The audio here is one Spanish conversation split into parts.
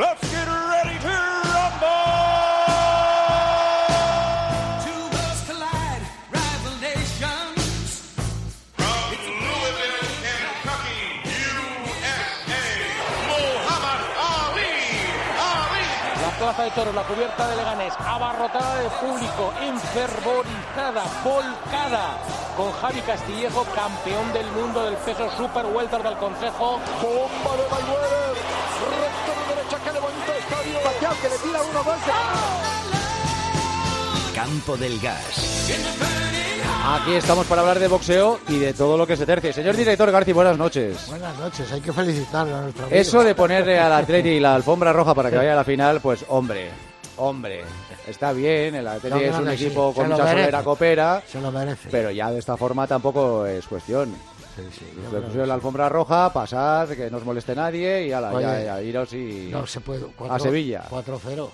let's get ready to rumble! Two worlds collide, rival nations. From Louisville, Kentucky, USA, Muhammad Ali, Ali. La plaza de toros, la cubierta de Leganés, abarrotada de público, enfervorizada, volcada, con Javi Castillejo, campeón del mundo del peso super welter del Consejo. Bomba de Mayweather. Recto de derecha que levanta estadio. Pacquiao que le tira uno más. Campo del Gas. Aquí estamos para hablar de boxeo y de todo lo que se tercie. Señor director García, buenas noches. Buenas noches, hay que felicitar a nuestro amigo. Eso de ponerle al Atleti la alfombra roja para que vaya a la final, pues hombre, hombre, está bien, el No, Atleti claro es un que sí, equipo se con lo mucha merece. solera copera, Se lo merece. pero ya de esta forma tampoco es cuestión. Sí, sí, yo Le creo pusieron que la alfombra roja, pasad, que no os moleste nadie y ala, ya, Oye, ya, iros y... No se puede. A Sevilla. 4-0.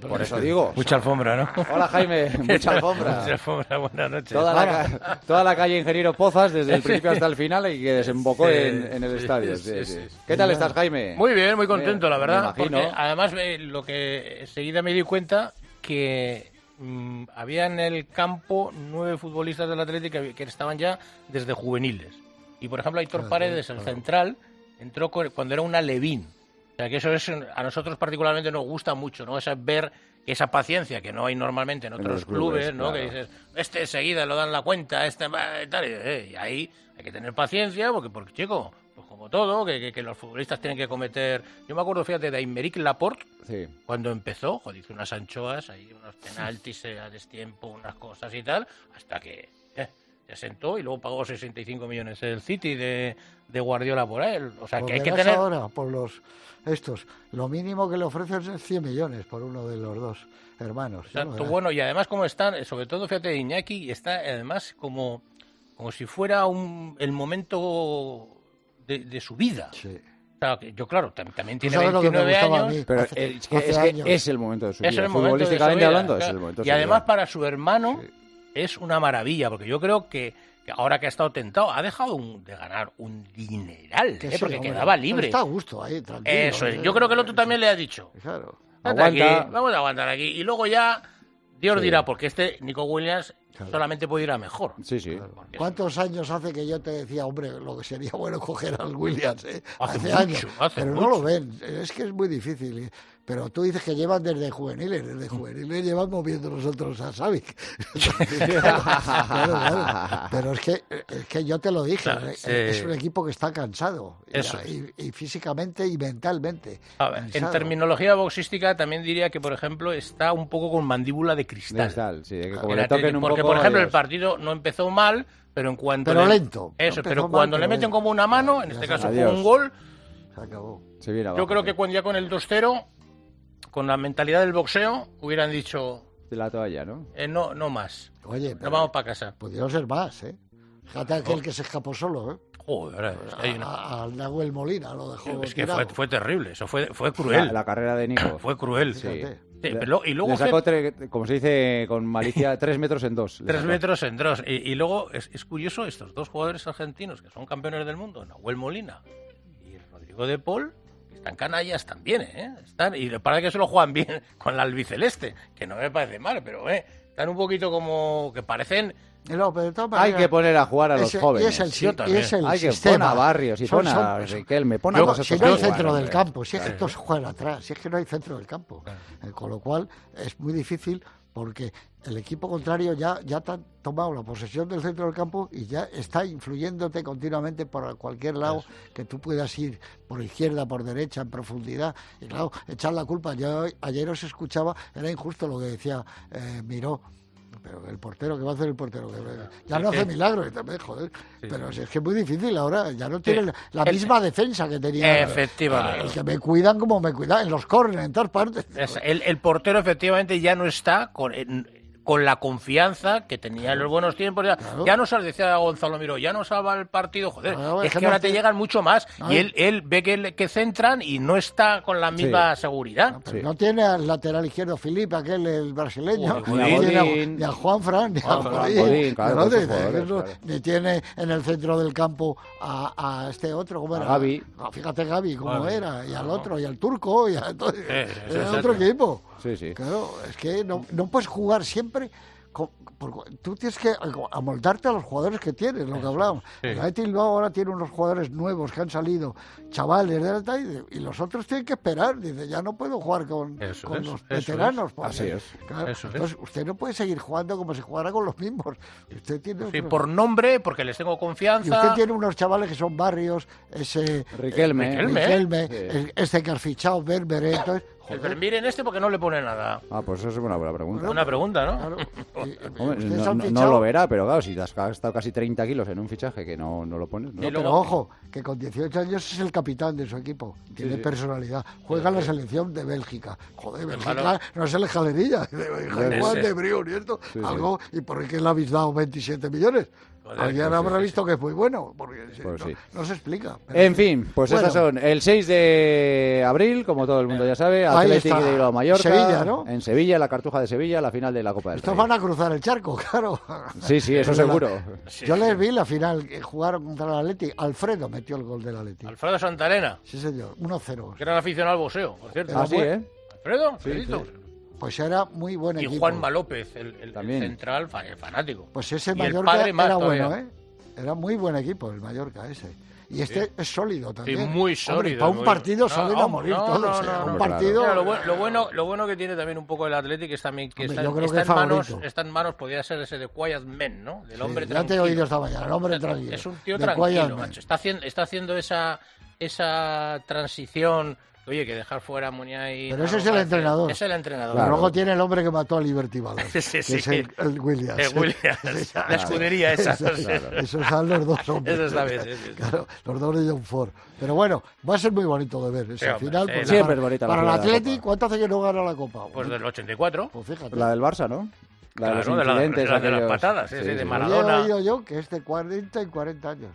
Por eso digo. Mucha alfombra, ¿no? Hola Jaime, mucha Mucha alfombra. alfombra, buenas noches. Toda la, ca- toda la calle Ingeniero Pozas desde el principio hasta el final y que desembocó Sí, en, en el sí, estadio. sí, sí, sí. sí. ¿Qué tal estás, Jaime? Muy bien, muy contento, la Me verdad. imagino. porque además, eh, lo que seguida me di cuenta que mm, había en el campo nueve futbolistas del Atlético que, que estaban ya desde juveniles. Y por ejemplo, Ah, Aitor Paredes, el central, entró co- cuando era una Levín. O sea, que eso es, a nosotros particularmente nos gusta mucho, ¿no? Esa, ver esa paciencia que no hay normalmente en otros los clubes, clubes, ¿no? claro. Que dices, este enseguida lo dan la cuenta, este va, y tal, y, eh, y ahí hay que tener paciencia porque, porque chico, pues como todo, que, que- que los futbolistas tienen que cometer... Yo me acuerdo, fíjate, de Aymeric Laporte, Sí. cuando empezó, joder, hizo unas anchoas, ahí unos penaltis eh, a destiempo, unas cosas y tal, hasta que eh, se sentó y luego pagó 65 millones el City de, de Guardiola por él. O sea, que hay que tener... ahora por los estos. Lo mínimo que le ofrecen es 100 millones por uno de los dos hermanos. Ya Exacto, lo verás. bueno, y además como están, eh, sobre todo fíjate Iñaki, está además como, como si fuera un, el momento de, de su vida. Sí. O sea, que yo claro, tam- también tiene sabes lo que me 29 gustaba a años. mí? Pero Hace- es, que, hace es, que años. es el momento de su Es vida. el momento de su Futbolísticamente vida, hablando, es claro. el momento de Y su además vida. para su hermano es una maravilla, porque yo creo que, que ahora que ha estado tentado, ha dejado un- de ganar un dineral, Que ¿eh? sí, porque hombre, quedaba pero libre. Está a gusto ahí, tranquilo. Eso es. eh, Yo creo que el otro también le ha dicho. Claro. Aguanta. Aguanta. vamos a aguantar aquí. Y luego ya Dios Sí. dirá, porque este Nico Williams Claro. solamente puede ir a mejor. Sí, sí. Porque ¿Cuántos años hace que yo te decía, hombre, lo que sería bueno coger al Williams? eh? Hace mucho, años. hace pero mucho. no lo ven. Es que es muy difícil. eh. Pero tú dices que llevan desde juveniles. Desde Mm. juveniles llevan moviendo nosotros a Savic. Claro, claro. Pero es que, es que yo te lo dije. Claro, eh, sí. Es un equipo que está cansado. Y- Eso es. Y, y físicamente y mentalmente. A ver, en Cansado. terminología boxística también diría que, por ejemplo, está un poco con mandíbula de Ya cristal. está, sí, de que como El le toquen Atlético, un porque, poco, por ejemplo, el adiós. partido no empezó mal, pero en cuanto... Pero le- lento. Eso, No pero empezó mal, cuando le pero meten lento. como una mano, en Ya este está. caso Adiós. con un gol, Se acabó. Se viene abajo, yo creo que sí. cuando ya con el 2-0, con la mentalidad del boxeo, hubieran dicho, De la toalla, ¿no? eh, no, no más, Oye, no pero vamos Oh. para casa. pudieron ser más, ¿eh? Fíjate aquel que se escapó solo, ¿eh? Joder, hay una- A- Al Nahuel Molina lo dejó. Es que tirado. fue, fue terrible, eso fue, fue La, cruel. la carrera de Nico. Fue cruel. Sí. Sí, Le- pero lo- y luego le sacó, hace tre- como se dice con malicia, tres metros en dos. le tres sacó. metros en dos. Y, y luego es, es curioso, estos dos jugadores argentinos que son campeones del mundo, Nahuel Molina y Rodrigo de Paul, que están canallas también, ¿eh? Están, y parece que se lo juegan bien con la albiceleste, que no me parece mal, pero eh, están un poquito como que parecen... No, pero de todas Hay maneras, que poner a jugar a los ese- jóvenes. Y es el, si- Yo y también. es el Hay que poner sistema. a Barrios y Son- pon a son- Riquelme, pon a Yo- todos si esos no hay jugadores, centro del hombre. campo, si es que estos juegan atrás, si es que no hay centro del campo. Eh, con lo cual es muy difícil porque el equipo contrario ya, ya te ha tomado la posesión del centro del campo y ya está influyéndote continuamente por cualquier lado que tú puedas ir, por izquierda, por derecha, en profundidad. Y claro, echar la culpa. Yo ayer os escuchaba, era injusto lo que decía eh, Miró. Pero el portero, ¿qué va a hacer el portero? Que- Ya no hace milagros, también, joder. Pero si es que es muy difícil ahora, ya no tiene la- la El- misma defensa que tenía. Efectivamente. El que me cuidan como me cuidan, en los corners, en todas partes. Es- el, el portero efectivamente ya no está con... en- con la confianza que tenía en los buenos tiempos. Ya, ya nos decía Gonzalo Miró, ya nos salva el partido, joder, Claro, es es que que ahora Martín- te llegan mucho más. No, Y y- él, él ve que, le- que centran y no está con la misma seguridad. Pero no pues, tiene al lateral izquierdo Felipe, aquel el brasileño, Joder, ni, Godín. tiene a, ni a Juan Fran, ni a Juanfran, Godín, Godín, claro, pero no todos tiene- esos jugadores, no- claro. ni tiene en el centro del campo a, a este otro, ¿cómo A era? Gavi. Ah, Fíjate Gaby, cómo Gavi, era, y al otro, y al turco, y a todo, sí, sí, era sí, otro sí. equipo. Sí, sí. Claro, es que no, no puedes jugar siempre. con- por- tú tienes que amoldarte a los jugadores que tienes, lo que hablábamos. El Athletic Bilbao ahora tiene unos jugadores nuevos que han salido, chavales, de alta, y, y los otros tienen que esperar. Dice, ya no puedo jugar con, Eso con es, los eso veteranos. porque- Así es. claro, Eso es. entonces, usted no puede seguir jugando como si jugara con los mismos. Usted tiene, Sí, otros- por nombre, porque les tengo y confianza. usted tiene unos chavales que son barrios, ese. eh, Riquelme. Riquelme. Riquelme, Sí. el- este que has fichado, Berber, entonces, El joder, Pero miren este porque no le pone nada. Ah, pues eso es una buena pregunta. Una pregunta, ¿no? claro. Y- y- Hombre, ustedes no, han no- no fichado- lo verá, pero claro, si te has gastado casi 30 kilos en un fichaje que no, no lo pones, ¿no? Y No, luego- pero ojo, que con 18 años es el capitán de su equipo. Tiene personalidad. Juega en la selección de Bélgica. Joder, Bélgica Claro. no es el jalerilla. Juan de Brión y esto. sí. Algo, ¿Y por qué le habéis dado 27 millones? Joder, pues Alguien sí, habrá sí, visto que es muy bueno. Porque si Pues no, sí. no se explica. pero En sí. fin, pues Bueno, esas son el 6 de abril, como todo el mundo ya sabe, Ahí Atlético está. de Bilbao Mallorca. Sevilla, ¿no? En Sevilla, la Cartuja de Sevilla, la final de la Copa del Estos Rey. van a cruzar el charco, claro. Sí, sí, eso seguro. Yo les vi la final que jugaron contra el Atleti. Alfredo metió el gol del Atleti. Alfredo Santarena, Sí, señor. 1-0. que era aficionado al boxeo, por cierto. Así, bueno. ¿eh? Alfredo, Sí, Alfredito. Pues era muy buen Y equipo. Juanma López, el, el- el También. central fa- el fanático. Pues ese Y el Mallorca padre más era todavía. bueno, ¿eh? Era muy buen equipo el Mallorca ese. Y este es sólido también. muy sólido, para un muy- partido No, salen a no, morir no, todos. no, ¿eh? no, un no. partido. Mira, lo, buen- lo bueno, lo bueno que tiene también un poco el Atlético es también que Hombre, está, yo creo está que en manos, favorito. está en manos, podría ser ese de Quiet Men, ¿no? Del hombre ya te he tranquilo. oído esta mañana, el hombre O sea, tranquilo. Es un tío de tranquilo, Quiet Man. macho. Está haciendo, está haciendo esa, esa transición. Oye, que dejar fuera a Muniain. Pero ese no, es el parece- entrenador. Es el entrenador. Pero Claro. Luego tiene el hombre que mató a Liberty Ballas, Sí, sí, que sí. es el, el Williams. Eh, Williams, la escudería esa. Eso- Esos son los dos hombres. Eso está bien, sí, sí. Claro, los dos de John Ford. Pero bueno, va a ser muy bonito de ver ese Sí, hombre, final. sí, porque Siempre para- es bonita la Para el final de la Atleti, Copa. ¿cuánto hace que no gana la Copa? Pues del 84. Pues fíjate. La del Barça, ¿no? La de los Claro, de la- incidentes. de la- de las aquellos. patadas, sí, sí, de Maradona. Había oído yo que es de 40 y 40 años.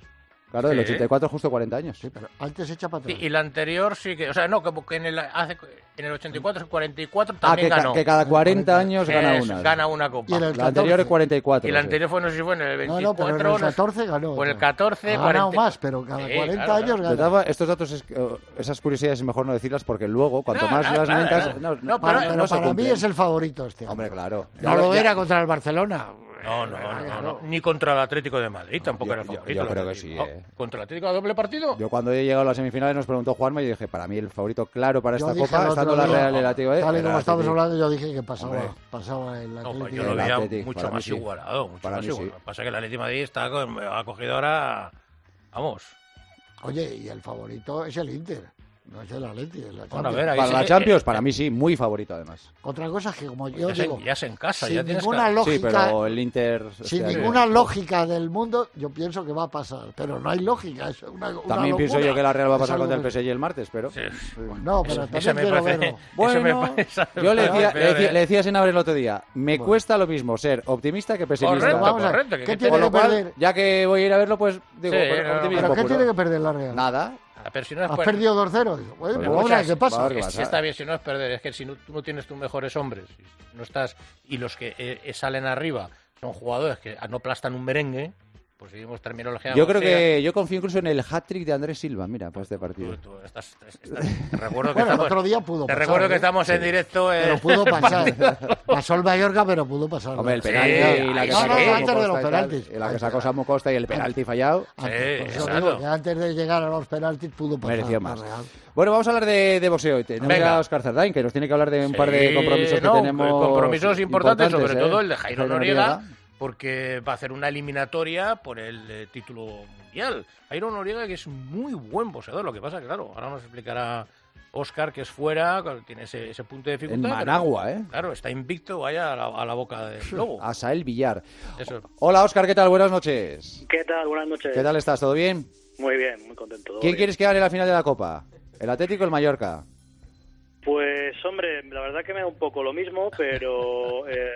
Claro, del Sí. 84 justo 40 años. Sí, pero antes echa para Sí, atrás. y la anterior sí que. O sea, no, como que en el, hace, en el 84, el 44 Ah, también que, ca- ganó. que cada 40 años gana Es- una. gana una copa. Y en el La anterior es 14. 44. Y la sí. anterior fue, no sé si fue en el No, 24. no, pero en el no sé- 14 ganó. O en el otra. 14. Ha ganado 40. más, pero cada Sí, 40 claro, años claro. De gana. todas formas, estos datos, es, eh, esas curiosidades es mejor no decirlas porque luego, cuanto No, más no, las claro, mientas, claro. no, No, no, pero- para, Pero no se para mí cumplen. es el favorito este. año. Hombre, claro. No lo era contra el Barcelona. No, no, no, no, claro. Ni contra el Atlético de Madrid tampoco Ah, yo- era el yo- yo favorito. el creo que Atlético. sí, eh. ¿Contra el Atlético a doble partido? Yo cuando he llegado a las semifinales nos preguntó Juanma y dije, para mí el favorito claro para Yo esta dije el copa, otro estando la día, Real y el Atlético de Tal y como era estamos Atlético. hablando, yo dije que pasaba, Hombre. pasaba el No, pues Atlético. yo lo El veía Atlético, mucho para mí más sí. igualado. Mucho Para más mí sí. igualado. Pasa que el Atlético de Madrid está con- ha cogido ahora. Vamos. Oye, y el favorito es el Inter. No es el Atlético. Bueno, a ver, ahí Para sí- la eh, Champions, eh, para mí sí, muy favorito además. Otra cosa es que como yo Pues Ya es, digo, en, ya es en casa. sin ya tienes que- ninguna lógica, Sí, pero el Inter... este sin año- ninguna lógica del mundo, yo pienso que va a pasar. Pero no hay lógica, es una, una También pienso locura. yo que la Real va a Es pasar algo contra el que- PSG el martes, pero... Sí. No, pero Esa- esa también me quiero parece- verlo. Eso me Bueno, parece- ¿eh? yo le eso me decía, le parece- decía, le decía a Senabres el otro día, me cuesta lo mismo ser optimista que pesimista. Correcto, Vamos a ver, correcto. que- ¿qué que- tiene Con con lo lo cual- perder? cual, ya que voy a ir a verlo, pues digo, Sí, pues, no, no, optimismo ¿Pero qué puro. tiene que perder la Real? Nada. pero si no es Has per- perdido 2-0. Pero Bueno, pues ahora, escuchas, ¿qué pasa? va, Es que Barça. está bien, si no es perder, es que si no, tú no tienes tus mejores hombres, si no estás y los que eh, eh, salen arriba son jugadores que no aplastan un merengue, pues seguimos terminología. Yo creo conocida. que yo confío incluso en el hat-trick de Andrés Silva, mira, para este partido. Tú- tú estás- estás- te recuerdo que Bueno, el estamos, otro día pudo te pasar, recuerdo que ¿eh? estamos en directo. eh, Pero pudo pasar. Pasó el Mallorca, pero pudo pasar. Hombre, el Sí, penalti y la ahí que sí. sacó No, no, Samu antes de los Costa y tal, penaltis. y la que sacó Samu Costa y el penalti fallado. Ah, Sí, por eso exacto. digo que antes de llegar a los penaltis pudo pasar. Mereció la más. Real. Bueno, vamos a hablar de, de boxeo. hoy. Tenemos Venga. a Oscar Zardain, que nos tiene que hablar de un par de Sí, compromisos no, que tenemos. Compromisos importantes, sobre ¿eh? todo el de Jairo, Noriega, porque va a hacer una eliminatoria por el eh, título mundial. Jairo Noriega, que es muy buen boxeador, lo que pasa que, claro, ahora nos explicará Oscar, que es fuera, claro, tiene ese, ese punto de En dificultad. pero, Managua, ¿eh? Ah, claro, está invicto, vaya a la, a la boca del lobo. Asael Villar. Eso. Hola, Oscar, ¿qué tal? Buenas noches. ¿Qué tal? Buenas noches. ¿Qué tal estás? ¿Todo bien? Muy bien, muy contento. todo ¿Quién bien. quieres que gane la final de la Copa? ¿El Atlético o el Mallorca? Pues, hombre, la verdad que me da un poco lo mismo, pero eh,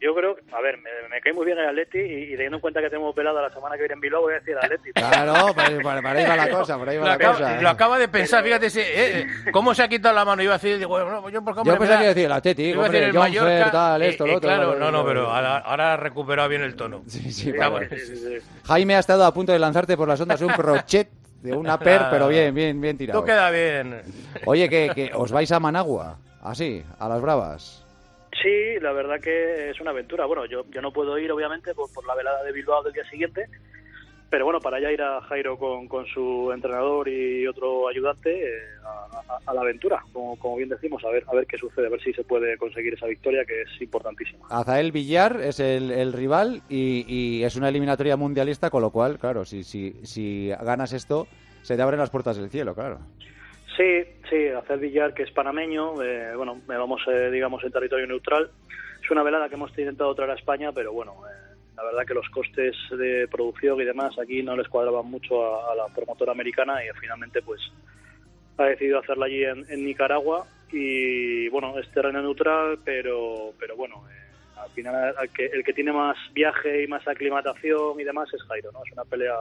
Yo creo, a ver, me, me cae muy bien el Atleti y, y teniendo en cuenta que tenemos velada la semana que viene en Bilbao, voy a decir Atleti. Claro, para, para- para ahí va la cosa, por ahí va Lo la acaba, cosa. ¿eh? lo acaba de pensar, fíjate, ese, eh, eh, cómo se ha quitado la mano. Iba a decir, digo, bueno, pues yo por Yo pensaba que iba a decir el Atleti, iba a hombre, decir el John Mallorca, Fer, tal, eh, esto, eh, lo otro, Claro, vale, no, no, vale, pero vale. ahora, ahora ha recuperado bien el tono. Sí, sí, Sí, vale, bueno. vale. sí, sí, sí, sí. Jaime ha estado a punto de lanzarte por las ondas un crochet de una per, pero bien, bien, bien Tú tirado. queda bien. Oye, que, que os vais a Managua, así, a las bravas. Sí, la verdad que es una aventura. Bueno, yo, yo no puedo ir, obviamente, por, por la velada de Bilbao del día siguiente. Pero bueno, para allá ir a Jairo con, con su entrenador y otro ayudante eh, a, a- a la aventura, como, como bien decimos, a ver, a ver qué sucede, a ver si se puede conseguir esa victoria que es importantísima. Azael Villar es el, el rival y, y es una eliminatoria mundialista, con lo cual, claro, si, si, si ganas esto, se te abren las puertas del cielo, claro. Sí, sí, hacer Villar, que es panameño, eh, bueno, eh, vamos, eh, digamos, en territorio neutral. Es una velada que hemos intentado traer a España, pero bueno, eh, la verdad que los costes de producción y demás aquí no les cuadraban mucho a, a la promotora americana y eh, finalmente pues ha decidido hacerla allí en, en Nicaragua y bueno, es terreno neutral, pero, pero bueno, eh, al final al que- el que tiene más viaje y más aclimatación y demás es Jairo, ¿no? Es una pelea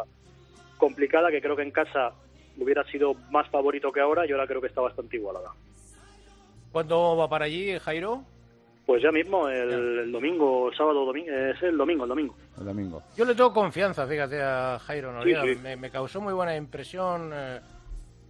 complicada que creo que en casa hubiera sido más favorito que ahora y ahora creo que está bastante igualada. ¿Cuándo va para allí, Jairo? Pues ya mismo, el, el domingo, sábado, domingo, es el domingo, el domingo. El domingo. Yo le tengo confianza, fíjate, a Jairo Noriega. Sí, sí. Me, me causó muy buena impresión eh,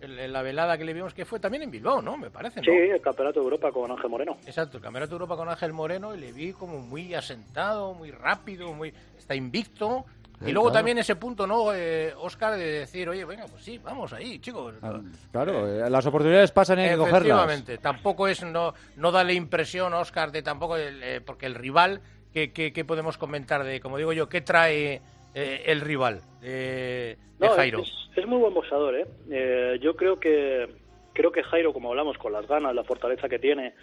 el- el- la velada que le vimos, que fue también en Bilbao, ¿no? Me parece, ¿no? Sí, el Campeonato de Europa con Ángel Moreno. Exacto, el Campeonato de Europa con Ángel Moreno y le vi como muy asentado, muy rápido, muy está invicto. Sí, Eh, y luego claro. también ese punto, ¿no, eh, Oscar, de decir, oye, venga, pues sí, vamos ahí, chicos. Ah, Claro, eh, las oportunidades pasan y hay que cogerlas. Efectivamente, tampoco es, no, no da la impresión, Oscar, de tampoco, el, eh, porque el rival, ¿qué, qué, qué podemos comentar de, como digo yo, qué trae eh, el rival de, de No, Jairo? Es, es muy buen boxeador, ¿eh? Eh, Yo creo que creo que Jairo, como hablamos, con las ganas, la fortaleza que tiene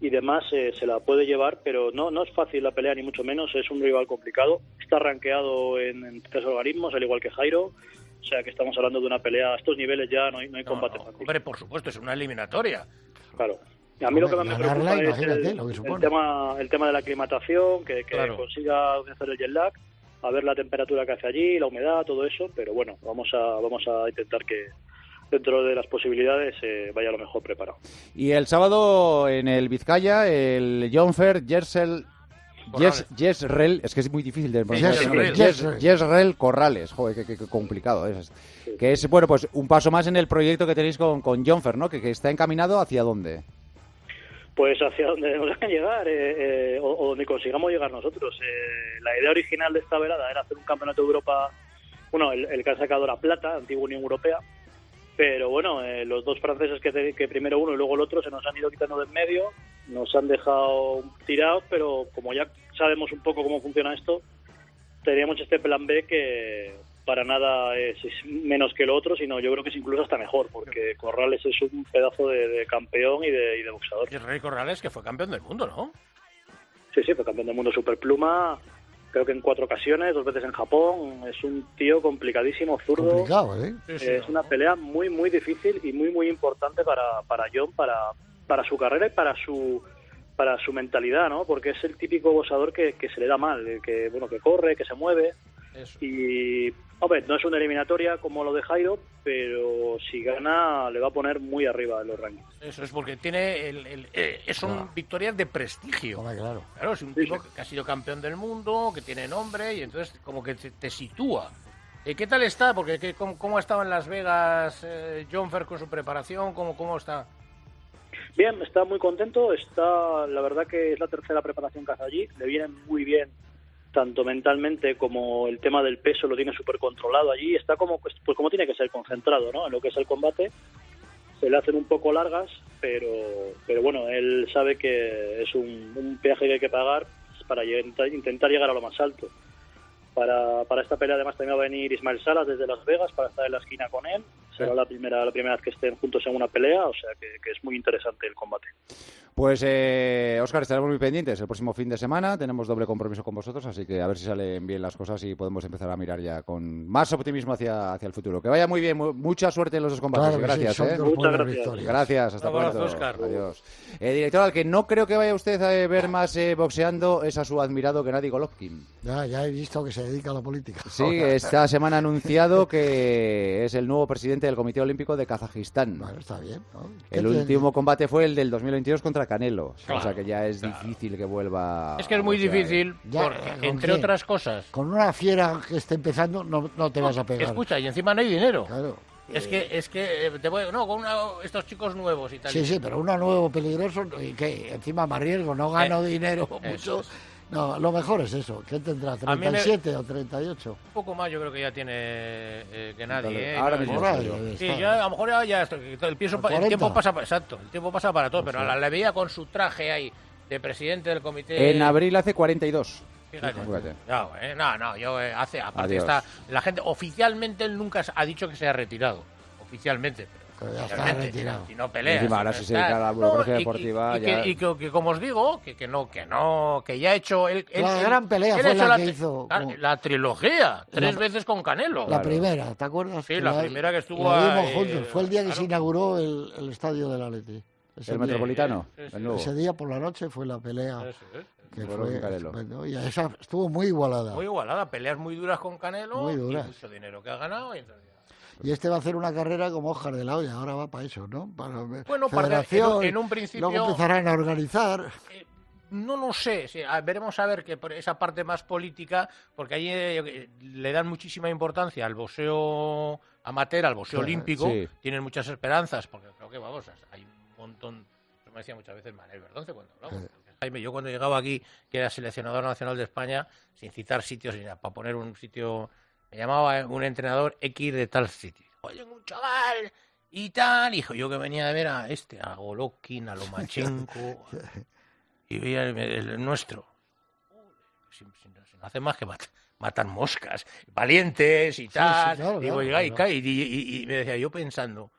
y demás, eh, se la puede llevar, pero no, no es fácil la pelea, ni mucho menos. Es un rival complicado. Está rankeado en, en tres organismos, al igual que Jairo. O sea que estamos hablando de una pelea a estos niveles ya, no hay, no hay No, combate no, fácil. hombre, por supuesto, es una eliminatoria. Claro. A mí lo que más me Hombre, ganarla, preocupa es imagínate el, lo que el supone. tema, el tema de la aclimatación, que, que Claro. consiga hacer el jet lag, a ver la temperatura que hace allí, la humedad, todo eso, pero bueno, vamos a, vamos a intentar que dentro de las posibilidades eh, vaya lo mejor preparado. Y el sábado en el Vizcaya, el Jonfer Jersel. Yes, Corrales. Yesrel, es que es muy difícil de pronunciar. Yesrel. Yes- Yesrel. Corrales, joder, qué, qué- qué complicado es. este. Que es, bueno, pues un paso más en el proyecto que tenéis con, con Jonfer, ¿no? Que, que está encaminado hacia dónde. Pues hacia donde nos hagan llegar eh, eh, o, o donde consigamos llegar nosotros. Eh, la idea original de esta velada era hacer un campeonato de Europa, bueno, el, el que ha sacado la plata, antigua Unión Europea, pero bueno, eh, los dos franceses que, te- que primero uno y luego el otro se nos han ido quitando de en medio, nos han dejado tirados, pero como ya sabemos un poco cómo funciona esto, teníamos este plan B que para nada es, es menos que lo otro, sino yo creo que es incluso hasta mejor, porque Corrales es un pedazo de, de campeón y de, y de boxeador. Es Rey Corrales, que fue campeón del mundo, ¿no? Sí, sí, fue campeón del mundo superpluma, creo que en cuatro ocasiones, dos veces en Japón. Es un tío complicadísimo, zurdo. Complicado, ¿eh? Sí, sí, Eh, es una pelea muy, muy difícil y muy, muy importante para, para John, para, para su carrera y para su para su mentalidad, ¿no? Porque es el típico boxador que, que se le da mal, eh, que bueno, que corre, que se mueve Eso. y hombre, no es una eliminatoria como lo de Jairo, pero si gana le va a poner muy arriba en los rankings. Eso es porque tiene el, el- eh, es un victorias de prestigio. Hombre, claro. Claro, es un tipo que ha sido campeón del mundo, que tiene nombre y entonces como que te, te sitúa. Eh, ¿Qué tal está? Porque ¿qué- cómo, cómo ha estado en Las Vegas eh, John Fer con su preparación? ¿Cómo, cómo está? Bien, está muy contento. Está, la verdad que es la tercera preparación que hace allí. Le vienen muy bien, tanto mentalmente como el tema del peso lo tiene súper controlado allí. Está como, pues, pues como tiene que ser concentrado, ¿no? En lo que es el combate. Se le hacen un poco largas, pero, pero bueno, él sabe que es un, un peaje que hay que pagar para lleg- intentar llegar a lo más alto. Para, para esta pelea además también va a venir Ismael Salas desde Las Vegas para estar en la esquina con él Será la primera, la primera vez que estén juntos en una pelea, o sea que, que es muy interesante el combate. Pues, eh, Oscar, estaremos muy pendientes. El próximo fin de semana tenemos doble compromiso con vosotros, así que a ver si salen bien las cosas y podemos empezar a mirar ya con más optimismo hacia, hacia el futuro. Que vaya muy bien, mu- mucha suerte en los dos combates. Claro que sí, gracias. son ¿eh? dos buenas gracias. victorias. Gracias, hasta Un abrazo, pronto. Óscar. Adiós. Eh, director, al que no creo que vaya usted a eh, ver más eh, boxeando es a su admirado Gennady Golovkin. Ya, ya he visto que se dedica a la política. Sí, esta semana ha anunciado que es el nuevo presidente del Comité Olímpico de Kazajistán. Bueno, está bien. ¿no? ¿Qué El tiene? último combate fue el del 2022 contra Canelo. o sea que ya es difícil que vuelva. Es que es muy o sea, difícil, Ah, Ya, eh, porque, ¿con entre quién? otras cosas, oh, Con una fiera que esté empezando no, no te vas a pegar. escucha, y encima no hay dinero. Claro. Es que, es que, eh, te voy, no, con una- estos chicos nuevos y tal. Sí, sí, pero uno nuevo peligroso y que encima me arriesgo, no gano Eh, dinero eso mucho. es. No, lo mejor es eso, que tendrá A mí me- 37 o 38. Un poco más yo creo que ya tiene eh, que nadie. Entonces, ¿eh? ahora No, mismo no, Ahora estoy yo. debe Sí, estar. ya, a lo mejor ya, ya esto- el, pienso pa- el 40. tiempo pasa, pa- exacto, el tiempo pasa para todo, pero Pues la, la veía con su traje ahí de presidente del comité. En abril hace 42. eh, Fíjate. Fíjate. No, eh, no, no, yo eh, hace, aparte Adiós. está, la gente, oficialmente él nunca ha dicho que se ha retirado, oficialmente. Pero Pero ya está oficialmente, retirado. Si no pelea. Encima ahora si no sí se dedica está- a la burocracia y- y- deportiva, Y, ya. que, y que- que como os digo, que, que no, que no, que ya ha hecho. Él, él- La él- gran pelea él fue ha hecho la tri- que hizo la- con- la trilogía, tres La- veces con Canelo. La primera, ¿te acuerdas? Sí, la primera que estuvo la vimos ahí, juntos. Fue el día que se claro. inauguró el, el estadio del Atleti. Ese El día. Metropolitano. sí, sí. el nuevo. Ese día por la noche fue la pelea Eso es. que Bueno, fue Carelo. bueno, y esa estuvo muy igualada. Muy igualada, peleas muy duras con Canelo. Muy y duras. mucho dinero que ha ganado. y entonces ya. Y este va a hacer una carrera como Oscar de la Hoya, ahora va para eso, ¿no? Para Bueno, para- en- en un principio- Luego empezarán a organizar. Eh, no lo sé, sí, a- veremos a ver que por esa parte más política, porque ahí eh, eh, le dan muchísima importancia al boxeo amateur, al boxeo Claro, olímpico, sí. tienen muchas esperanzas, porque creo que vamos, hay un montón, yo me decía muchas veces Manuel Verdonce cuando hablamos. Jaime, yo cuando llegaba aquí, que era seleccionador nacional de España, sin citar sitios ni nada, para poner un sitio, me llamaba eh, un entrenador X de tal sitio. Oye, un chaval y tal, hijo, yo que venía de ver a este, a Golovkin, a Lomachenko, a- y veía el, el nuestro. Si, si no, si no hace más que mat- matar moscas, valientes y tal. sí, claro, Digo, claro, "Oiga, y claro. cae", y- y- y me decía yo pensando,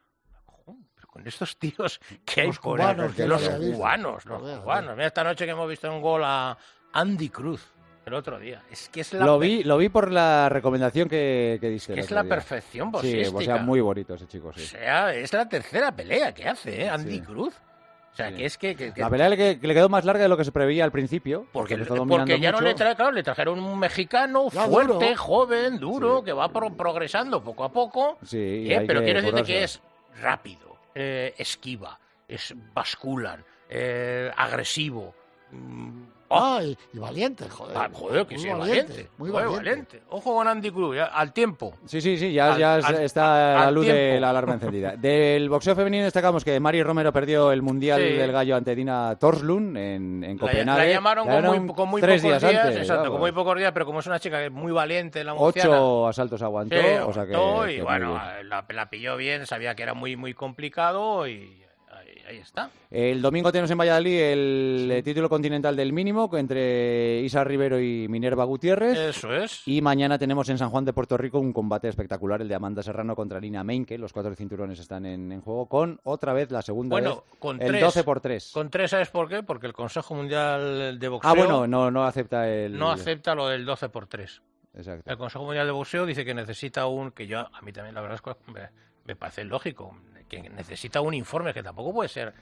"Jun, pero con estos tíos que hay Los con cubanos el- que los había visto. cubanos, los Joder, cubanos. Mira esta noche que hemos visto un gol a Andy Cruz el otro día. Es que es la, Lo pe- vi, lo vi por la recomendación que, que diste. que el es otro la día. perfección Sí, pues boxística. o sea, muy bonito ese chico, O sí. sea, es la tercera pelea que hace ¿eh? Andy Sí. Cruz. O sea, Sí. que es que- que- que La pelea le, que- que le quedó más larga de lo que se preveía al principio. Porque, le está dominando porque ya no mucho. le, tra- claro, le trajeron un mexicano Ya, fuerte, duro. joven, duro, Sí. que va pro- progresando poco a poco. Sí, ¿eh? hay pero que quiero decirte currársela. que es rápido, eh, esquiva, es basculan, eh, agresivo. mm, ¡ah! Ay, y valiente, joder. Ah, joder, que Muy sí, valiente. Muy joder, valiente. Ojo con Andy Cruz, ya, al tiempo. Sí, sí, sí, ya, Al- ya al- está al la luz de tiempo. la alarma encendida. Del boxeo femenino destacamos que Mari Romero perdió el Mundial Sí. del Gallo ante Dina Torslund en, en La, Copenhague. la llamaron con muy, con muy tres pocos días, días, antes, exacto, vamos. con muy pocos días, pero como es una chica que es muy valiente, la murciana, Ocho asaltos aguantó, Sí, o sea que, aguantó que y muy bueno, eh, bien. la, la pilló bien, sabía que era muy muy complicado y ahí, ahí está. El domingo tenemos en Valladolid el eh, título continental del mínimo entre Isa Rivero y Minerva Gutiérrez. Eso es. Y mañana tenemos en San Juan de Puerto Rico un combate espectacular, el de Amanda Serrano contra Lina Meinke. Los cuatro cinturones están en, en juego con otra vez la segunda Bueno, vez, con el tres. 12 por 3. Con tres, ¿sabes por qué? Porque el Consejo Mundial de Boxeo Ah, bueno, no, no acepta el... no acepta lo del 12 por 3. El Exacto. Consejo Mundial de Boxeo dice que necesita un, que yo a mí también la verdad es que me, me parece lógico, que necesita un informe que tampoco puede ser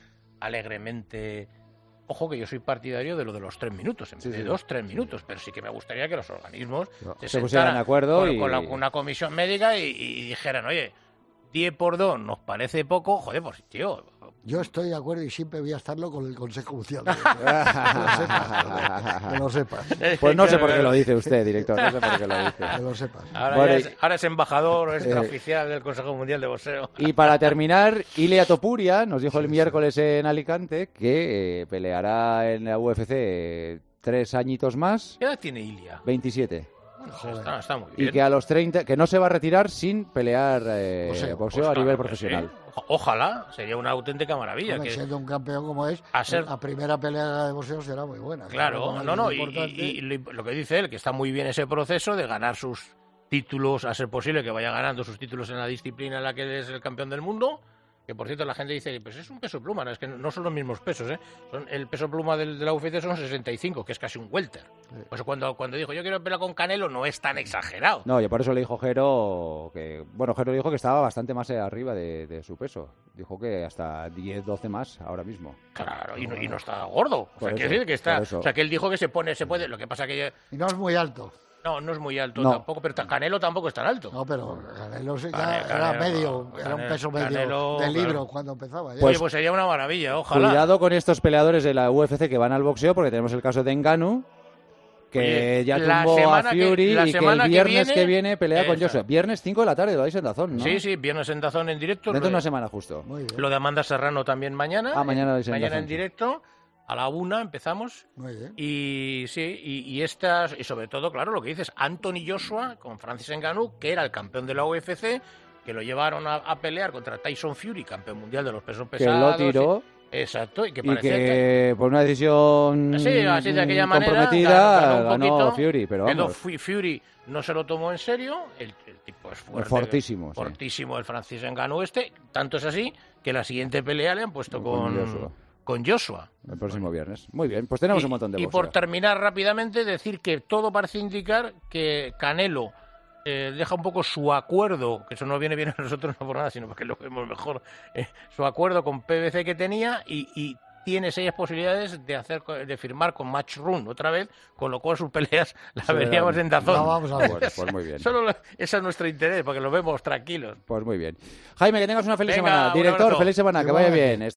alegremente... Ojo que yo soy partidario de lo de los tres minutos, en Sí, vez de sí. dos, tres minutos, pero sí que me gustaría que los organismos Se sentaran pusieran de acuerdo con, y- con la- con una comisión médica y, y dijeran, oye, 10 por 2 nos parece poco, joder, pues tío, Yo estoy de acuerdo y siempre voy a estarlo con el Consejo Mundial. de Boxeo. Que lo sepas, joder, que lo sepas. Pues no sé por qué lo dice usted, director, no sé por qué lo dice. Que lo sepas. Ahora, Bueno, ya y- es, ahora es embajador Eh. o es extraoficial del Consejo Mundial de Boxeo. Y para terminar, Ilia Topuria nos dijo el miércoles en Alicante que eh, peleará en la UFC eh, tres añitos más, ¿Qué edad tiene Ilia? 27. Bueno, está, está muy bien. Y que a los 30, que no se va a retirar sin pelear eh, boxeo a Boxeo. pues Claro nivel que profesional. sí. Oja- eh, Ojalá, sería una auténtica maravilla. Hombre, que- siendo un campeón como es, a ser- la primera pelea de boxeo será muy buena. Claro, Será no, una no, y, importante. y- y lo lo que dice él, que está muy bien ese proceso de ganar sus títulos, a ser posible que vaya ganando sus títulos en la disciplina en la que él es el campeón del mundo. Que por cierto, la gente dice, pues es un peso pluma, no, es que no son los mismos pesos, ¿eh? Son, el peso pluma del, de la UFC son 65, que es casi un welter. Pues cuando, cuando dijo, yo quiero pelear con Canelo, no es tan exagerado. No, yo por eso le dijo Jero que. Bueno, Jero dijo que estaba bastante más arriba de, de su peso. Dijo que hasta 10, 12 más ahora mismo. Claro, y no, y no está gordo. O Por sea, eso, quiere decir que está. por eso. O sea, que él dijo que se pone, se puede. Lo que pasa que yo- Y no es muy alto. no, no es muy alto No. tampoco, pero ta- Canelo tampoco es tan alto. No, pero Canelo sí ya Cane- era Canelo, medio, era un Cane- peso medio Canelo, del libro claro. cuando empezaba. ya. Oye, pues sería una maravilla, ojalá. Cuidado con estos peleadores de la UFC que van al boxeo, porque tenemos el caso de Enganu, que Oye, ya la tumbó a semana que- Fury la y que el semana que viernes que viene, viene- pelea con Esa. Joshua. Viernes 5 de la tarde, lo dais en Dazón, ¿no? Sí, sí, viernes en Dazón en directo. Dentro de Lo- una semana justo. Muy bien, Lo de Amanda Serrano también mañana. ¿eh? Ah, mañana En- es en mañana Dazón, en sí. directo. A la una empezamos. muy bien. Y sí, y, y estas, y sobre todo, claro, lo que dices, Anthony Joshua con Francis Ngannou, que era el campeón de la UFC, que lo llevaron a, a pelear contra Tyson Fury, campeón mundial de los pesos Que pesados. lo tiró y- exacto, y que y parecía que- que por una decisión Sí, así de aquella manera. Mm, comprometida ganó un ganó poquito, Fury, pero quedó vamos. Fu- Fury no se lo tomó en serio. El, el tipo es fuerte. fortísimo, sí. Fortísimo el francés Ngannou este. Tanto es así que la siguiente pelea le han puesto Con con, Joshua. con Joshua. El próximo viernes. Muy bien, pues tenemos Y- un montón de Y boxeo. por terminar rápidamente, decir que todo parece indicar que Canelo eh, deja un poco su acuerdo, que eso no viene bien a nosotros no por nada, sino porque lo vemos mejor, eh, su acuerdo con PBC que tenía y, y tiene serias posibilidades de hacer co- de firmar con Match Run otra vez, con lo cual sus peleas las Serán- veríamos en No, Dazón. vamos a ver. Pues, pues muy bien. Solo lo- ese es nuestro interés, porque lo vemos tranquilos. Pues muy bien. Jaime, que tengas una feliz Venga, semana. un Director, abrazo. feliz semana, que vaya Igualmente. bien.